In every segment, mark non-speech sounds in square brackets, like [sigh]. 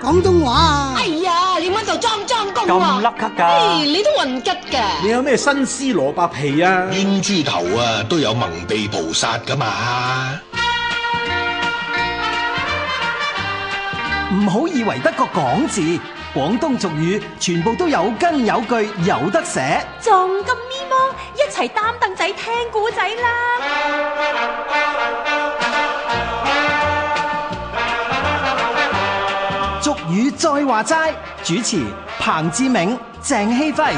廣東話啊！哎呀，你搵度裝裝工咁啊！甩咳哎，㗎，你都混吉嘅。你有咩新絲蘿蔔皮啊？冤豬頭啊，都有蒙蔽菩薩噶嘛。唔好以為得個講字，廣東俗語全部都有根有據，有得寫。仲咁咪麼？一齊擔凳仔聽古仔啦！俗語再話齋，主持彭志銘、鄭希輝。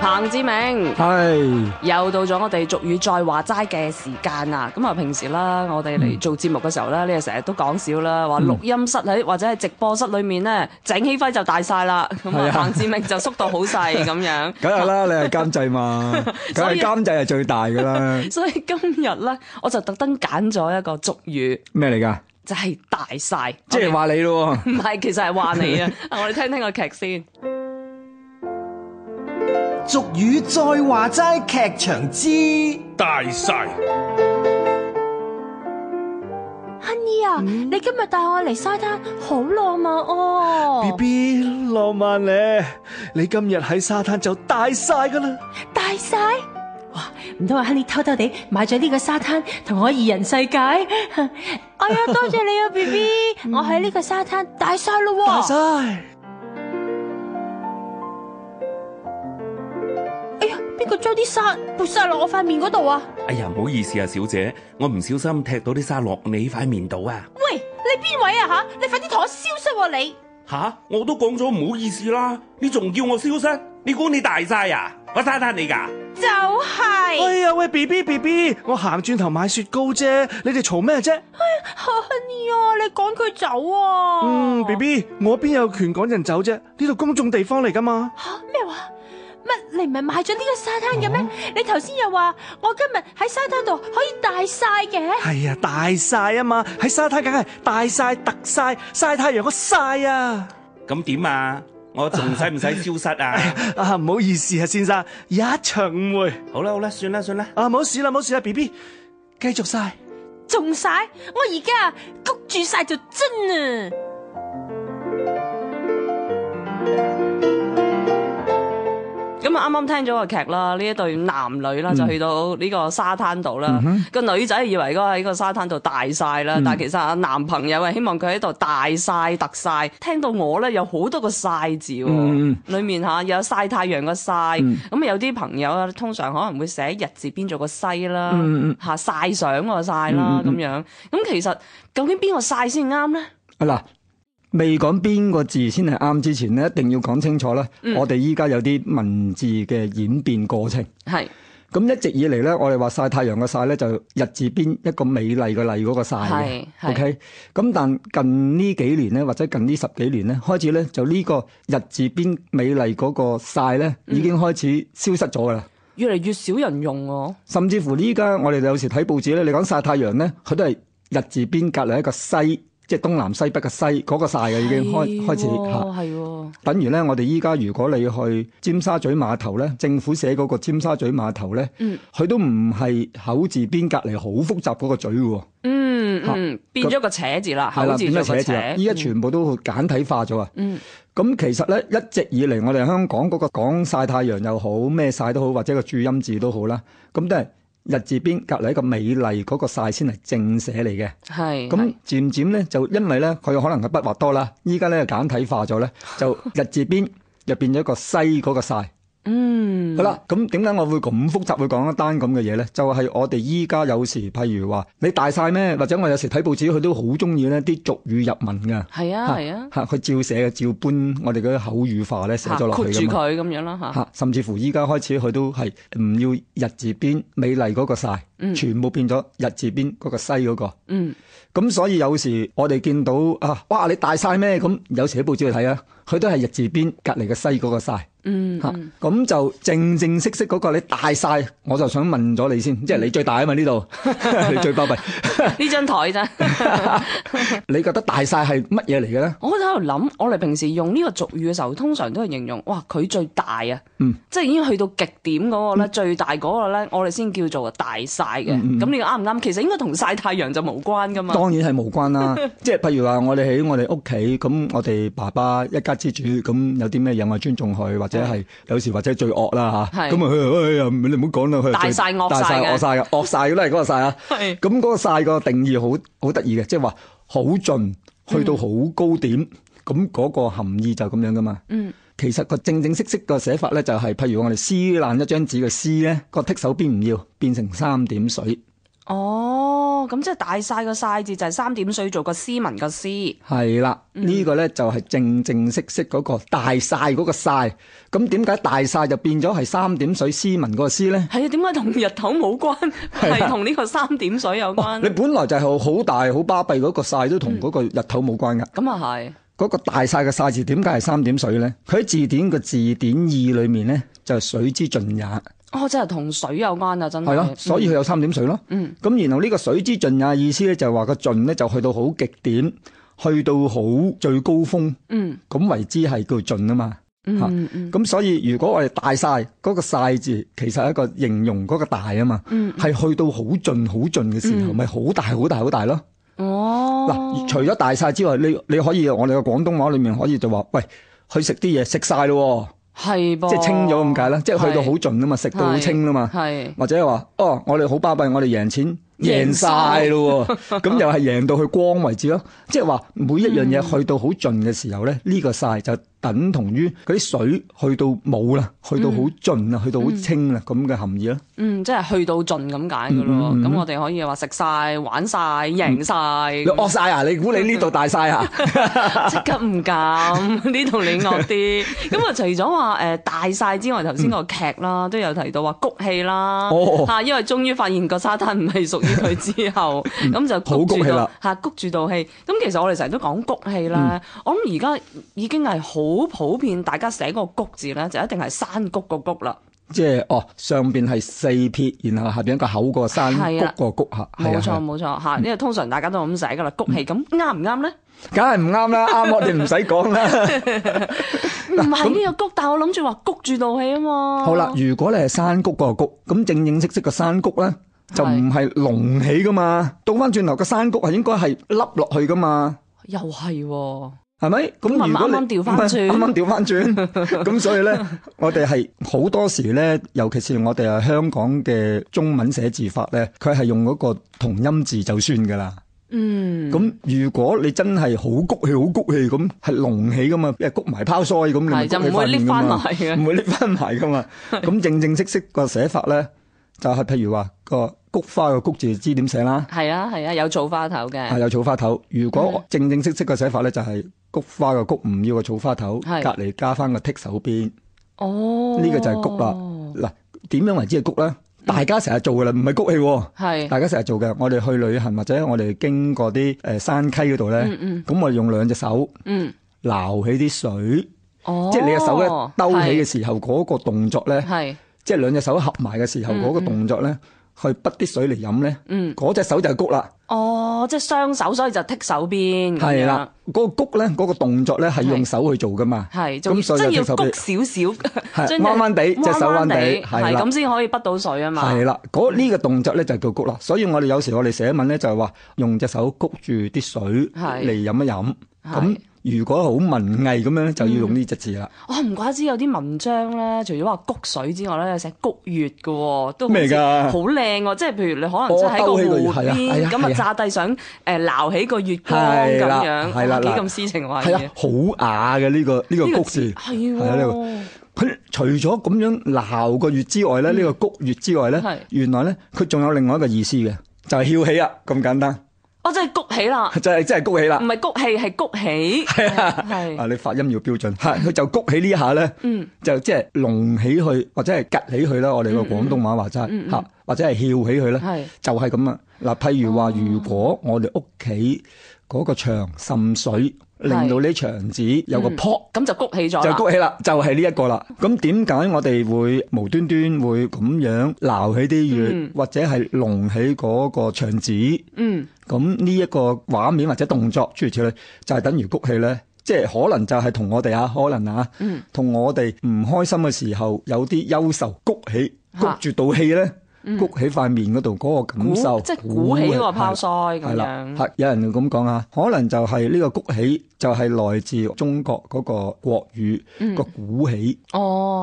彭志明。係又到咗我哋俗語再話齋嘅時間啦，咁啊平時啦，我哋嚟做節目嘅時候咧，你哋成日都講笑啦，嗯話錄音室喺或者係直播室裏面咧，整氣輝就大晒啦，咁係啊啊彭志明就縮到好細咁 [laughs] 樣。梗係啦，你係監製嘛，梗 [laughs] 所係以監製係最大噶啦。 [laughs] 所以今日咧，我就特登揀咗一個俗語，咩嚟㗎？就係、大晒，即係話你咯喎，唔係，其實係話你 [laughs] 啊！我哋聽聽個劇先。俗語再話齋劇場之大晒，亨姨啊，你今日帶我嚟沙灘，好浪漫哦！ B 浪漫咧，你今日喺沙灘就大晒噶啦。大晒哇！唔通阿亨姨偷偷地買咗呢個沙灘同我二人世界？ [laughs] 哎呀，多謝你啊，B B！我喺呢個沙灘大晒咯喎！晒，哎呀，邊個將啲沙潑晒落我塊面嗰度啊？哎呀，唔好意思啊，小姐，我唔小心踢到啲沙落你塊面度啊！喂，你邊位啊吓？你快啲同我消失喎、你！吓，我都講咗唔好意思啦，你仲叫我消失？你估你大晒啊？我沙灘你㗎？就係、哎呀喂，B B B B，我行轉頭買雪糕啫，你哋嘈咩啫？亨姨啊，你趕佢走啊！嗯，B B，我邊有權趕人走啫？呢度公眾地方嚟噶嘛。吓咩話？乜你唔係買咗呢個沙灘嘅哦咩？你頭先又話我今日喺沙灘度可以大晒嘅，係啊，大晒啊嘛，喺沙灘梗係大晒、特晒、晒太陽個晒啊！咁點啊？我仲使唔使消失啊？ [laughs] 啊，唔好意思啊，先生，一場誤會好啦好啦，算啦算啦，啊，冇事啦，冇事啦，B B，繼續晒。中晒！我而家啊谷住晒就真啊！咁啊，啱啱聽咗個劇啦，呢一對男女嗯啦，就去到呢個沙灘度啦。個女仔以為嗰個喺個沙灘度大晒嗯啦，但係其實啊，男朋友係希望佢喺度大晒、特晒。聽到我咧有好多個晒字喎嗯，裏面嚇有曬太陽個晒，咁有啲朋友啊，通常可能會寫日字邊做個西啦嗯嗯，嚇曬相個晒啦咁樣。咁其實究竟邊個晒先啱咧？啊嗱，未講邊個字先係啱之前咧，一定要講清楚啦。嗯我哋依家有啲文字嘅演變過程。係咁一直以嚟咧，我哋話曬太陽嘅曬咧，就日字邊一個美麗嘅麗嗰個曬嘅係係 OK，咁但近呢幾年咧，或者近呢十幾年咧，開始咧就呢個日字邊美麗嗰個曬咧，已經開始消失咗噶啦。越嚟越少人用喎。甚至乎呢家我哋有時睇報紙咧，你講曬太陽咧，佢都係日字邊隔離一個西，即係東南西北嘅西嗰、個曬嘅已經開開始嚇。係喎。等於咧，我哋依家如果你去尖沙咀碼頭咧，政府寫嗰個尖沙咀碼頭咧，嗯佢、都唔係口字邊隔離好複雜嗰個嘴喎，嗯嚇嗯，變咗個扯字啦，口字變做咗個扯寫字啦。依家全部都簡體化咗啊！嗯咁其實咧，一直以嚟我哋香港嗰個講曬太陽又好，咩曬都好，或者個注音字都好啦，咁都係日字邊隔離一個美麗嗰個曬先係正寫嚟嘅。嗯係咁咁漸漸咧就因為咧佢可能係筆畫多啦，依家咧簡體化咗咧，就日字邊就變咗一個西嗰個曬。嗯好啦，咁點解我會咁複雜去講一單咁嘅嘢咧？就係、我哋依家有時譬如話你大晒咩，或者我有時睇報紙佢都好中意咧啲俗語入文㗎。係啊係啊，嚇佢照寫嘅，照搬我哋嗰啲口語化咧寫嚇咗落括住去噶嘛。佢咁樣啦嚇，嚇，甚至乎依家開始佢都係唔要日字邊美麗嗰個曬，全部變咗日字邊嗰個西嗰、個。嗯咁所以有時我哋見到啊，哇！你大晒咩？咁有時喺報紙度睇啊，佢都係日字邊隔離嘅西嗰個曬。嗯嚇，咁就正正式式嗰個你大晒，我就想問咗你先，即係你最大啊嘛呢 [laughs] 度， [laughs] 你最巴閉，呢張台咋？ [laughs] 你覺得大晒係乜嘢嚟嘅咧？我喺度諗，我哋平時用呢個俗語嘅時候，通常都係形容哇佢最大啊，嗯即係已經去到極點嗰個咧，最大嗰個咧，我哋先叫做大晒嘅。咁、你啱唔啱？其實應該同晒太陽就無關噶嘛。嗯當然係無關啦，即係譬如話我哋喺我哋屋企咁，我哋爸爸一家之主咁有啲咩嘢我尊重佢，或者係有時或者最惡啦嚇，係咁啊佢哎呀你唔好講啦，佢係最大晒惡晒大晒嘅惡晒嘅，惡晒嘅都係嗰個晒啊。係咁嗰個晒個定義好好得意嘅，即係話好盡去到好高點，咁嗰個含義就咁樣噶嘛。嗯。其實個正正式式個寫法咧，就係譬如我哋撕爛一張紙嘅撕咧，個剔手邊唔要，變成三點水。哦，咁即係大晒個晒字就係三點水做個斯文個斯。係啦，呢個咧就係正正式式嗰個大晒嗰個晒。咁點解大晒就變咗係三點水斯文嗰個斯咧？係啊，點解同日頭冇關？係啊係同呢個三點水有哇！關你。本來就係好大好巴閉嗰個晒，都同嗰個日頭冇關㗎。咁啊係，嗰個大晒嘅晒字點解係三點水咧？佢喺字典嘅字典義裏面咧，就係水之盡也，係哦，真係同水有關啊，真係。咯，所以佢有三點水咯。嗯，咁然後呢個水之盡也意思咧，就係話個盡咧就去到好極點，去到好最高峰，嗯咁為之係叫盡啊嘛。嚇嗯嗯咁所以如果我哋大晒嗰、個晒字，其實係一個形容嗰個大啊嘛，係、去到好盡好盡嘅時候，咪好、大好大好大咯。嗯，哦。嗱、除咗大晒之外，你你可以我哋嘅廣東話裏面可以就話，喂，去食啲嘢食晒咯係噃，喎，即係清咗咁解啦，即係去到好係盡啊嘛，食到好清啦嘛。係或者係話哦，我哋好巴閉，我哋贏錢贏贏晒 [laughs] 咯喎，咁又係贏到去光為止咯。即係話每一樣嘢嗯去到好盡嘅時候咧，呢、個晒就等同於嗰啲水去到冇啦，去到好盡啦，去到好清啦，咁嘅含義啦。嗯，即係去到盡咁解噶咯。嗯咁我哋可以話食晒、玩晒、贏晒你，惡晒啊！你估你呢度大晒啊？ [laughs] 即刻唔敢 [laughs] 呢度你惡啲。咁啊，除咗話誒大晒之外，頭先個劇啦都有提到話谷氣啦嗯哦，嚇，因為終於發現個沙灘唔係屬於佢之 [laughs] 後，咁就嗯好谷氣住啦到嚇谷住道氣。咁其實我哋成日都講谷氣啦，嗯我諗而家已經係好普遍，大家寫個谷字咧就一定係山谷個谷啦。即係哦，上邊係四撇，然後下邊一個口個山，係啊谷個谷下，冇係啊係啊嗯錯冇錯嚇，因為通常大家都咁寫噶啦，谷氣咁啱唔啱咧？梗係唔啱啦，啱我哋唔使講啦。唔係呢個谷，但我諗住話谷住道氣啊嘛。好啦，如果你係山谷個谷，咁正正式式個山谷咧，就唔係隆起噶嘛。倒翻轉頭個山谷係應該係凹落去噶嘛，又係喎，係咪？咁咁咪如果你啱啱調返轉唔係啱啱調翻 [laughs] 轉。咁所以咧，我哋係好多時咧，尤其是我哋係香港嘅中文寫字法咧，佢係用嗰個同音字就算噶啦。嗯，咁如果你真係好谷氣、好谷氣咁，係隆起噶嘛，誒谷埋拋腮咁，你咪係就谷起唔會塊面拎㗎翻嘛埋嘅唔會拎翻 [laughs] 埋噶嘛。咁正正式式個寫法咧，就係譬如話個菊花個菊字知點寫啦，係啊係啊，有草花頭係嘅，有草花頭。如果正正式式個寫法咧，就係菊花個菊唔要個草花頭，隔係離加翻個剔手邊，哦，呢個就係菊啦。嗱，點樣為之係菊咧？大家成日做噶啦，唔係谷氣喎。係大家成日做嘅，我哋去旅行或者我哋經過啲誒山溪嗰度咧，咁、我哋用兩隻手嗯，撈起啲水，哦，即係你嘅手咧兜起嘅時候嗰個動作咧，係，係即係兩隻手合埋嘅時候嗰個動作咧，去滗啲水嚟飲咧，嗯嗰隻手就係谷啦，哦，即係雙手，所以就剔手邊，係啦，，嗰、個谷咧嗰、個動作咧係用係手去做噶嘛，係，仲咁要所以真係就要剔手谷臂少係少，將彎彎地隻手彎地彎彎係係啦咁先可以畢到水啊嘛，係啦，嗰呢個動作咧就叫谷啦，所以我哋有時我哋寫文咧就係話用隻手谷住啲水係嚟飲一飲，咁係如果好文藝咁樣咧，就要用呢隻字啦。哦，唔怪之有啲文章咧，除咗話谷水之外咧，有寫谷月嘅喎，都好似咩㗎好靚喎！即係譬如你可能哦真係喺兜起個月個湖係啊係邊啊咁啊，係啊炸帝想誒撈起個月光係咁啦樣，係啦哇幾嗱咁詩情畫係意啊，好雅嘅呢個呢個呢谷個字字，係啊呢個。喎，佢除咗咁樣鬧個月之外咧，呢個谷月之外咧嗯係，原來咧佢仲有另外一個意思嘅，就係翹起啊，咁簡單， [laughs] 哦，真係谷起啦，就係真係谷起啦唔。係谷氣，係谷起，啊！係你發音要標準，係 [laughs] 佢就谷起呢下咧，就即係隆起去或者係趌起去啦。我哋個廣東話話齋嚇，或者係翹起佢係咧，就係咁啊！嗱，譬如話，如果我哋屋企嗰個牆滲水，令到呢牆紙有個坡。咁就谷起咗就啦。谷起啦，就係呢一個啦。咁點解我哋會無端端會咁樣鬧起啲月，或者係隆起嗰個牆紙？嗯，咁呢一個畫面或者動作諸如此類，就係等於谷氣咧。即係可能就係同我哋啊，可能啊，同、我哋唔開心嘅時候有啲憂愁谷起，谷嚇住道氣咧，谷起塊面嗰度嗰個鼓感受，即係鼓起嗰個泡腮咁係啦樣。係有人咁講啊，可能就係呢個谷起就係來自中國嗰個國語、嗯個鼓起。哦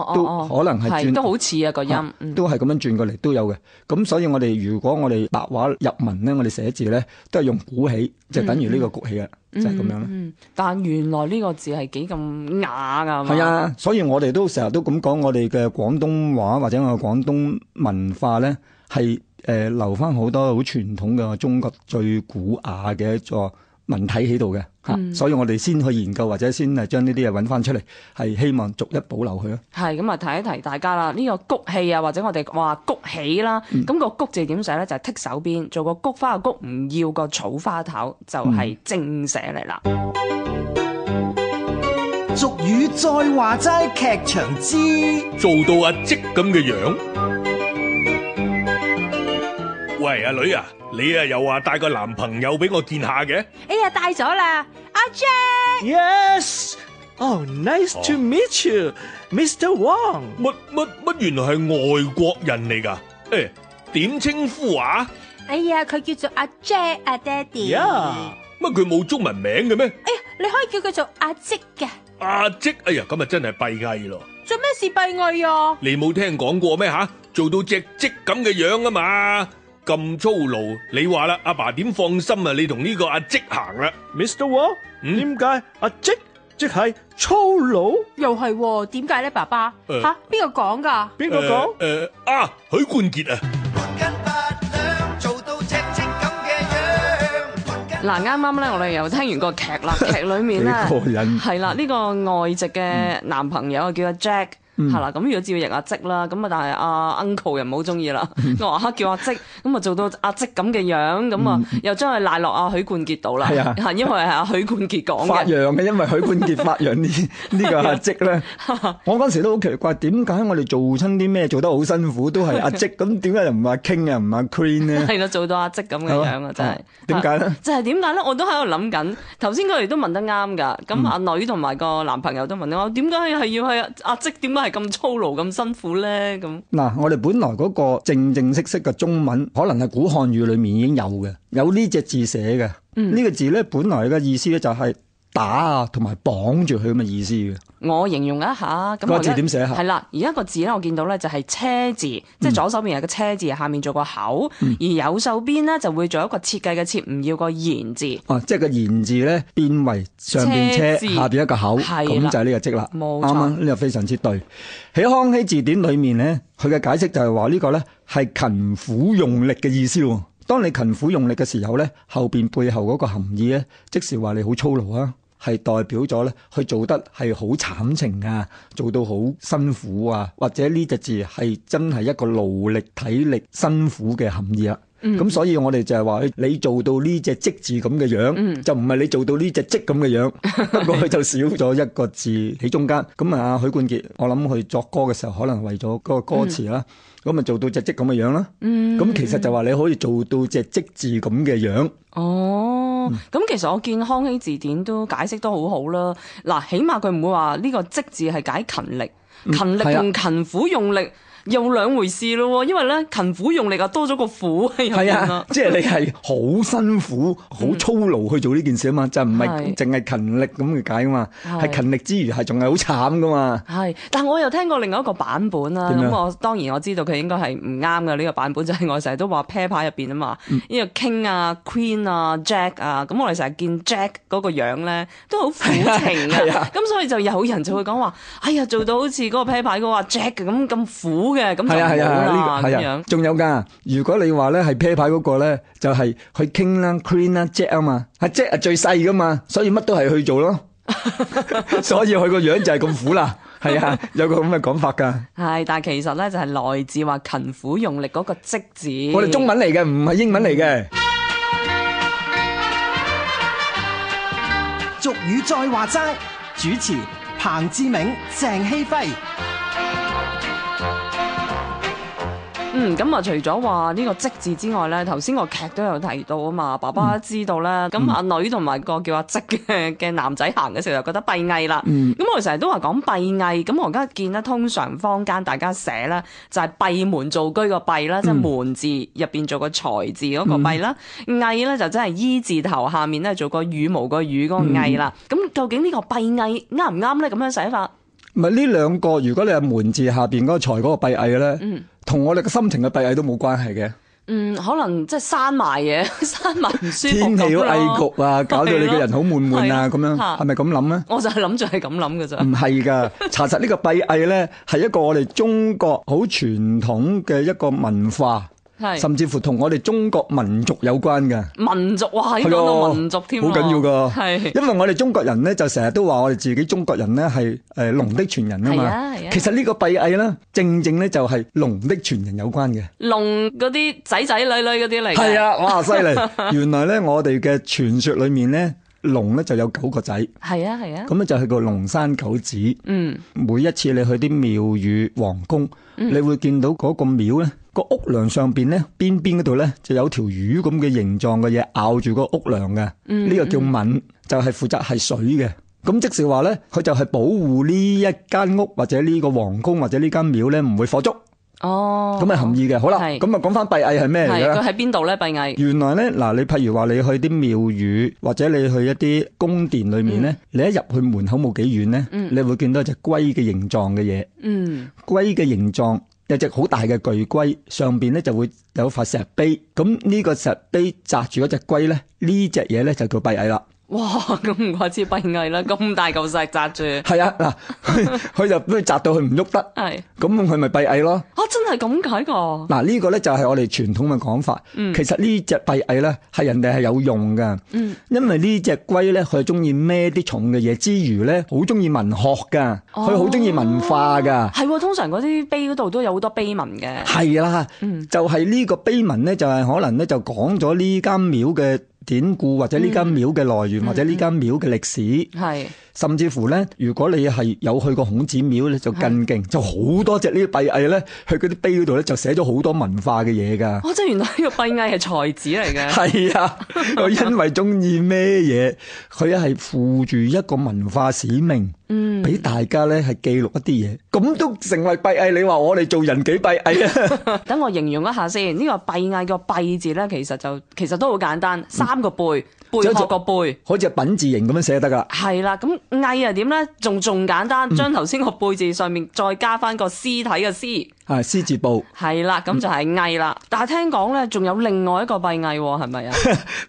哦都哦，可能係係轉都好似啊個音啊，嗯都係咁樣轉過嚟都有嘅。咁所以我哋如果我哋白話入文咧，我哋寫字咧都係用鼓起，就等於呢個谷起啦，就係咁樣啦。嗯，但原來呢個字係幾咁雅㗎嘛係，啊，所以我哋都成日都咁講，我哋嘅廣東話或者我哋廣東文化咧，係誒、呃留翻好多好傳統嘅中國最古雅嘅一座文體喺度嘅嚇，嗯所以我哋先去研究或者先係呃將呢啲嘢揾翻出嚟，係希望逐一保留佢咯。係咁啊，提一提大家啦。呢、個谷氣啊，或者我哋話谷起啦，咁、個谷字點寫咧？就係、剔手邊，做個菊花嘅菊，唔要個草花頭，就係、正寫嚟啦。俗語再話齋劇場之。做到阿積咁嘅樣。喂，阿女啊，你啊又話帶個男朋友俾我見下嘅，哎呀，大咗啦，阿 Jack， Yes. Oh, nice to meet you, Mr. Wong. 乜乜乜原來係外國人嚟㗎？誒、點稱呼啊？哎呀，佢叫做阿 Jack 啊，爹哋，哦 Yeah. 乜佢冇中文名嘅咩？哎呀，你可以叫佢做阿積嘅，阿積，哎呀，咁啊真係閉翳咯！做咩事閉翳啊？你冇聽講過咩吓？做到隻積咁嘅樣啊嘛，咁粗魯，你話啦，阿爸點放心啊？你同呢個阿積行啦， Mr. Wong，嗯？點解阿即即係粗魯？邊個講？又係喎，點解咧，爸爸？誒吓，邊個講㗎？誒誒啊，許冠傑啊！嗱，啱啱咧，我哋又聽完個劇啦，劇裏面咧幾過癮啊 [laughs] 係啦，呢、個外籍嘅嗯男朋友啊叫阿 Jack。係啦，咁如果照譯阿積啦，咁啊，但係阿 uncle 又唔好中意啦。[laughs] 嗯我話黑叫阿積，咁啊做到阿積咁嘅樣，咁啊又將佢賴落阿許冠傑度啦。嗯 [laughs] 係啊係因為係阿許冠傑講發嘅。揚嘅，因為許冠傑發揚呢 [laughs] 呢個阿積咧，我嗰陣時都好奇怪，點解我哋做親啲咩做得好辛苦都係阿積，咁點解又唔話 King 啊，唔話 Queen 咧？ [laughs] 係啦，做到阿積咁嘅樣啊，真係點解咧？就係點解咧？我都喺度諗緊。頭先佢哋都問得啱㗎。嗯咁阿女同埋個男朋友都問我點解係要去阿積？點解係咁粗勞咁辛苦咧？咁嗱，我哋本來嗰個正正式式嘅中文，可能係古漢語裏面已經有嘅，有呢隻字寫嘅。呢、個字咧，本來嘅意思咧就係打啊，同埋綁住佢咁嘅意思嘅。我形容一下。咁個我而家字點寫下啊嗯係啦，而家個字咧，我見到咧就係車字，即係左手邊有個車字，下面做個口，而右手邊咧就會做一個設計嘅設，唔要個言字。哦、即係個言字咧變為上邊車車，字下邊一個口，係咁啦就係呢個積啦。冇錯啱啊啱呢個非常之對。喺康熙字典裏面咧，佢嘅解釋就係話呢個咧係勤苦用力嘅意思喎。當你勤苦用力嘅時候咧，後邊背後嗰個含義咧，即是話你好粗勞啊，係代表咗咧佢做得係好慘情啊，做到好辛苦啊，或者呢隻字係真係一個勞力、體力、辛苦嘅含義啦。咁、所以我哋就係話，誒你做到呢隻積字咁嘅樣，就唔係你做到呢隻積咁嘅 [laughs] 樣，不過佢就少咗一個字喺中間。咁啊，許冠傑，我諗佢作歌嘅時候，可能為咗嗰個歌詞啦，咁啊咪、做到隻積咁嘅樣啦。咁、其實就話你可以做到隻積字咁嘅樣，哦，咁其實我見康熙字典都解釋得好好啦。嗱，起碼佢唔會話呢個積字係解勤力，勤力係啊同勤苦用力又兩回事咯喎。因為咧勤苦用力啊，多咗個苦喺入係邊啊啦，。即係你係好辛苦、好操勞去做呢件事啊嘛，就唔係係淨係勤力咁嘅解啊嘛，係係勤力之餘係仲係好慘噶嘛。係，但我又聽過另外一個版本啦。點樣咁我當然我知道佢應該係唔啱嘅呢個版本，就係、我成日都話 pair 牌入邊啊嘛，嗯呢個 King 啊、Queen 啊、Jack 啊，咁我哋成日見 Jack 嗰個樣咧都好苦情嘅，係啊咁所以就有人就會講話，哎呀做到好似嗰個 pair 牌嗰個話 Jack 咁咁苦嘅，咁就唔好係啊係啊，啦呢個咁係啊樣，。仲有㗎。如果你話咧係 pair 牌嗰個咧，就係去 king 啦、queen 啦、jack 啊嘛，[laughs] 係 [laughs] jack 係最細噶嘛，所以乜都係去做咯。所以佢個樣就係咁苦啦。[laughs] 係啊，有個咁嘅講法㗎。係，但係其實咧就係來自話勤苦用力嗰個積字。我哋中文嚟嘅，唔係英文嚟嘅。俗語再話齋，主持彭志銘、鄭希輝。嗯，咁啊，除咗話呢個積字之外咧，頭先個劇都有提到啊嘛，爸爸知道啦，咁阿女同埋個叫阿積嘅嘅男仔行嘅時候就覺得閉翳啦。咁、我哋成日都話講閉翳，咁我而家見咧，通常坊間大家寫咧就係、閉門造車個閉啦，即係門字入邊做個財字嗰個閉啦，翳咧就真係衣字頭下面咧做個羽毛個羽嗰個翳啦。咁、究竟呢個閉翳啱唔啱咧？咁樣寫法？唔係呢兩個，如果你係門字下邊嗰個財嗰個閉翳咧，同、我哋嘅心情嘅閉翳都冇關係嘅。嗯，可能即係閂埋嘅， [laughs] 閂埋唔舒服天氣咁好咯翳焗 [laughs] 啊，搞到你個人好悶悶啊，係咯咁樣嚇係咪咁諗咧？我就係諗住係咁諗嘅咋。 [laughs] 唔係㗎，查實呢個閉翳咧係一個我哋中國好傳統嘅一個文化，係甚至乎同我哋中國民族有關嘅。民族，哇！已經講咯到民族添喎，好緊要㗎。係因為我哋中國人咧就成日都話我哋自己中國人咧係誒龍的傳人啊係嘛啊係。啊其實呢個閉翳咧，正正咧就係龍的傳人有關嘅。弄嗰啲仔仔女女嗰啲嚟嘅。係啊，哇，犀利！ [laughs] 原來咧，我哋嘅傳說裏面咧，龍咧就有九個仔，係啊，係啊，咁咧就係個龍山九子。嗯，每一次你去啲廟宇皇宮，你會見到嗰個廟咧，個屋梁上邊咧邊邊嗰度咧就有條魚咁嘅形狀嘅嘢咬住個屋梁嘅，呢個叫吻，就係負責係水嘅。咁即是話咧，佢就係保護呢一間屋或者呢個皇宮或者呢間廟咧唔會火燭，哦，咁係含義嘅。好啦，係咁啊講翻閉翳係咩嚟嘅係咧佢？喺邊度咧？閉翳原來咧，嗱，你譬如話你去啲廟宇，或者你去一啲宮殿裏面咧，你一入去門口冇幾遠咧，你會見到一隻龜嘅形狀嘅嘢。嗯，龜嘅形狀有隻好大嘅巨龜，上邊咧就會有塊石碑。咁呢個石碑擲住嗰只龜咧，呢只嘢咧就叫閉翳啦。哇，咁唔怪之閉翳啦，咁大嚿石擲住，係啊，嗱， [laughs] 佢佢就俾佢擲到佢唔喐得，係咁佢咪閉翳咯。啊，真係咁解噶，嗱，呢個咧就係我哋傳統嘅講法。其實呢只閉翳咧係人哋係有用嘅，因為呢只龜咧佢中意孭啲重嘅嘢之餘咧，好中意文學㗎，佢好中意文化㗎。係喎，通常嗰啲碑嗰度都有好多碑文嘅，係啦，就係呢個碑文咧，就係可能咧就講咗呢間廟嘅典故，或者呢間廟嘅來源，或者呢間廟嘅歷史。係甚至乎咧，如果你係有去過孔子廟咧，就更勁，就好多隻呢啲閉翳咧，去嗰啲碑嗰度咧就寫咗好多文化嘅嘢㗎。哦，即係原來呢個閉翳係才子嚟 [laughs] 嘅，係啊，佢因為中意咩嘢，佢係負住一個文化使命，嗯，俾大家咧係記錄一啲嘢，咁都成為閉翳。你話我哋做人幾閉翳啊？ [laughs] 等我形容一下先，呢個閉翳個閉字咧，其實就其實都好簡嗯單，三個貝，貝殼個貝。好似係品字形咁樣寫得噶。係啦，咁翳又點咧？仲仲簡嗯單，將頭先個背字上面再加翻個屍體嘅屍，啊，獅字部，係啦，嗯咁就係翳啦。但係聽講咧，仲有另外一個閉翳喎，係咪 [laughs] 啊？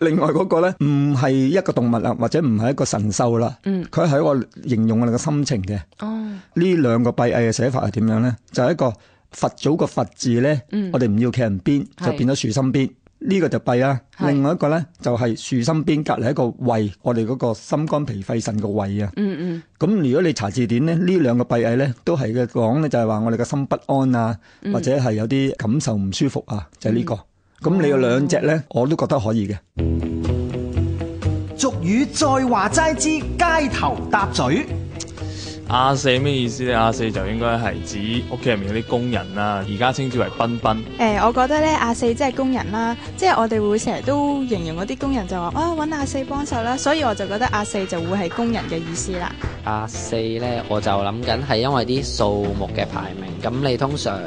另外嗰個咧唔係一個動物啦，或者唔係一個神獸啦，嗯，佢係一個形容我哋嘅心情嘅。哦，呢兩個閉翳嘅寫法係點樣咧？就係、一個佛祖個佛字咧，我哋唔要企人邊，嗯係就變咗樹心邊。呢個就閉啦，係另外一個咧就係樹心邊隔離一個胃，我哋嗰個心肝脾肺腎個胃啊。嗯嗯，咁如果你查字典咧，呢兩個閉翳咧都係嘅講咧，就係話我哋嘅心不安啊，嗯或者係有啲感受唔舒服啊，就係、呢、個。咁你有兩隻咧，哦我都覺得可以嘅。俗語再話齋之街頭搭嘴。亞四咩意思咧？亞四就應該係指屋企入面嗰啲工人啦，而家稱之為賓賓。誒、我覺得咧，阿四即係工人啦，即係我哋會成日都形容嗰啲工人就話啊，揾阿四幫手啦，所以我就覺得阿四就會係工人嘅意思啦。阿四呢，我就諗緊係因為啲數目嘅排名，咁你通常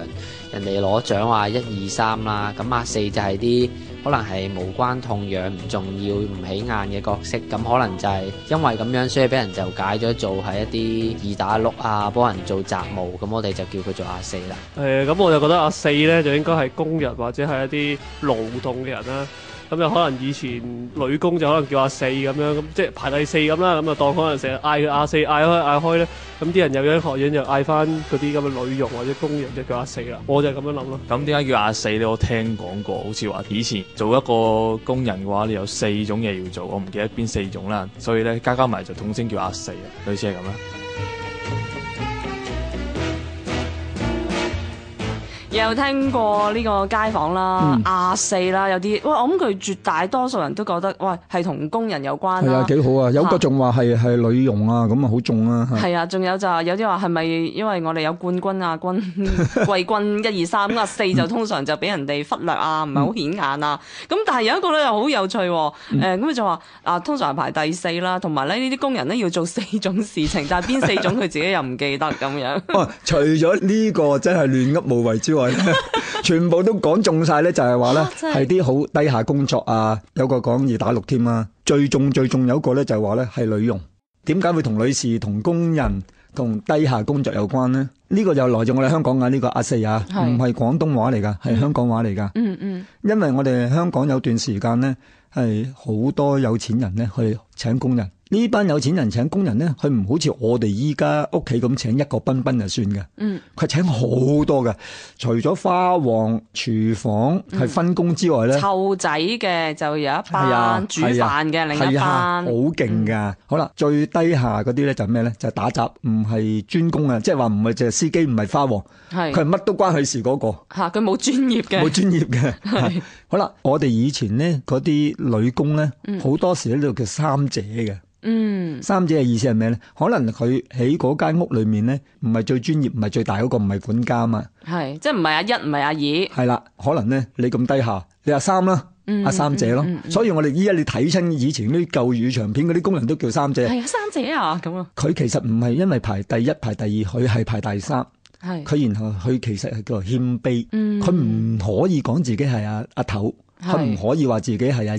人哋攞獎話一二三啦，咁阿四就係啲可能係無關痛癢、唔重要、唔起眼嘅角色，咁可能就係因為咁樣，所以俾人就解咗做係一啲二打六啊，幫人做雜務，咁我哋就叫佢做阿四啦。誒，咁我就覺得阿四咧就應該係工人或者係一啲勞動嘅人啦。咁就可能以前女工就可能叫阿四咁樣，咁即係排第四咁啦。咁就啊當可能成日嗌佢阿四嗌開嗌開咧，咁啲人有樣學樣就嗌翻嗰啲咁嘅女傭或者工人就叫阿四啦。我就係咁樣諗咯。咁點解叫亞四咧？我聽講過，好似話以前做一個工人嘅話，你有四種嘢要做，我唔記得邊四種啦，所以咧加加埋就統稱叫亞四啊，類似係咁啦。有聽過呢個街坊啦嗯、亞四啦，有啲喂，我諗佢絕大多數人都覺得，喂係同工人有關係啦啊，。幾好啊！有個嚇仲話係係女佣啊，咁啊好重啊。嚇係啊，仲有就係有啲話係咪因為我哋有冠 [laughs] 軍、亞軍、季軍一二三咁啊嗯四就通常就俾人哋忽略啊，唔係好顯眼啊。咁但係有一個咧又好有趣喎，嗯誒咁佢就話啊，通常係排第四啦，同埋咧呢啲工人咧要做四種事情，但係邊四種佢自己又唔記得咁 [laughs] 樣。哦，除咗呢個真係亂噏無謂之 [laughs] 外咧，全部都講中晒咧，就係話咧啊真係係啲好低下工作啊，有個講二打六添啊，最重最重有一個咧就係話咧係女佣，點解會同女士、同工人、同低下工作有關呢？呢、個就來自我哋香港嘅呢個阿四啊，係唔係廣東話嚟㗎，係香港話嚟㗎。嗯嗯，因為我哋香港有段時間咧，係好多有錢人咧去請工人。呢班有錢人請工人咧，佢唔好似我哋依家屋企咁請一個賓賓就算嘅，嗯，佢請好多嘅。除咗花王、廚房嗯係分工之外咧，湊仔嘅就有一係啊班，煮飯嘅另一係啊班好。勁㗎。好啦，最低下嗰啲咧就係咩咧？就係打雜，唔係專工啊，即係話唔係淨係司機，唔係花王，係佢係乜都關佢事嗰個。吓，佢冇專業嘅，冇專業 [laughs] 嘅 [laughs] 係。好啦，我哋以前咧嗰啲女工咧嗯，好多時喺度叫三姐嘅。嗯三姐嘅意思係咩咧？可能佢喺嗰間屋裏面咧，唔係最專業，唔係最大嗰個，唔係管家嘛。係即係唔係阿一唔係阿二，係啦，可能咧你咁低下，你阿三啦嗯。阿三姐咯，所以我哋依家你睇親以前啲舊語長片嗰啲工人都叫三姐。係啊三姐啊咁啊，佢其實唔係因為排第一、排第二，佢係排第三。係佢然後佢其實係叫做謙卑，嗯佢唔、可以講自己係阿阿頭，係佢唔可以話自己係阿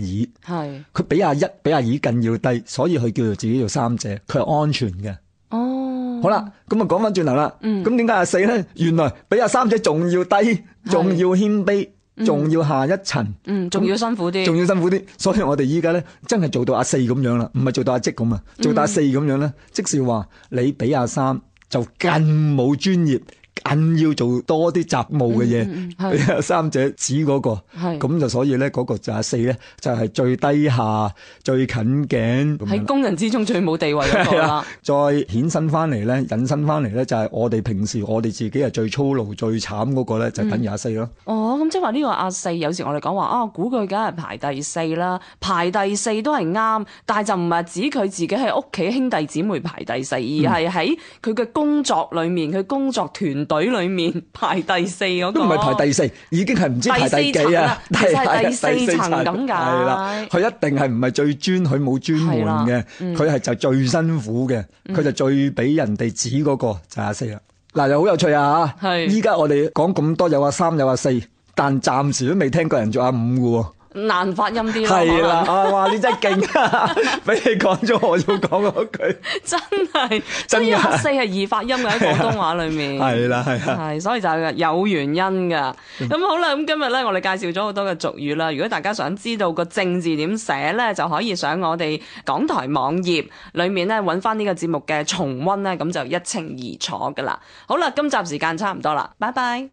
二，係佢比阿一比阿二更要低，所以佢叫做自己做三者，佢係安全嘅。哦，好啦，咁啊講翻轉頭啦，嗯咁點解阿四咧？原來比阿三者仲要低，仲要謙嗯卑，仲要下一層，嗯，仲要辛苦啲，仲要辛苦啲，所以我哋依家咧真係做到阿四咁樣啦，唔係做到阿積咁啊，嗯做到阿四咁樣咧，即是話你比阿三就更冇專業，更要做多啲雜務嘅嘢，嗯嗯嗯係 [laughs] 比阿三者指嗰、個，係咁就所以咧嗰個就阿四咧就係、最低下、最近頸咁樣喺啦工人之中最冇地位啊 [laughs] 嗰個係啦啦，，再衍生翻嚟咧，引申翻嚟咧，就係我哋平時我哋自己係最粗勞、最慘嗰個咧，就等於阿四咯。哦，咁即係話呢個阿四，有時我哋講話啊，估佢梗係排第四啦，排第四都係啱，但係就唔係指佢自己喺屋企兄弟姊妹排第四，而嗯係喺佢嘅工作裡面，佢工作團隊裡面 [laughs] 排第四嗰、個。都唔係排第四，已經係唔知第排第四幾層啊啦！其實係第四層 [laughs] 係咁解啦，佢一定係唔係最專，佢冇專門係嘅啦，嗯佢係就最辛苦嘅，嗯佢就最俾人哋指嗰個就係阿四啦。嗱，又好有趣啊！嚇，依家我哋講咁多有阿三有阿四，但暫時都未聽過人做阿五嘅喎。難發音啲啦，係啦，可能啊哇！你真係勁啊！ [laughs] 俾你講咗我要講嗰句， [laughs] 真係真真㗎係阿四係易發音嘅喺廣東話裡 [laughs] 面。係啦係啦。 [laughs] 係，所以就有原因噶。咁好啦，咁今日咧，我哋介紹咗好多嘅俗語啦。如果大家想知道個正字點寫咧，就可以上我哋港台網頁裡面咧揾翻呢個節目嘅重温咧，咁就一清二楚噶啦。好啦，今集時間差唔多啦，拜拜。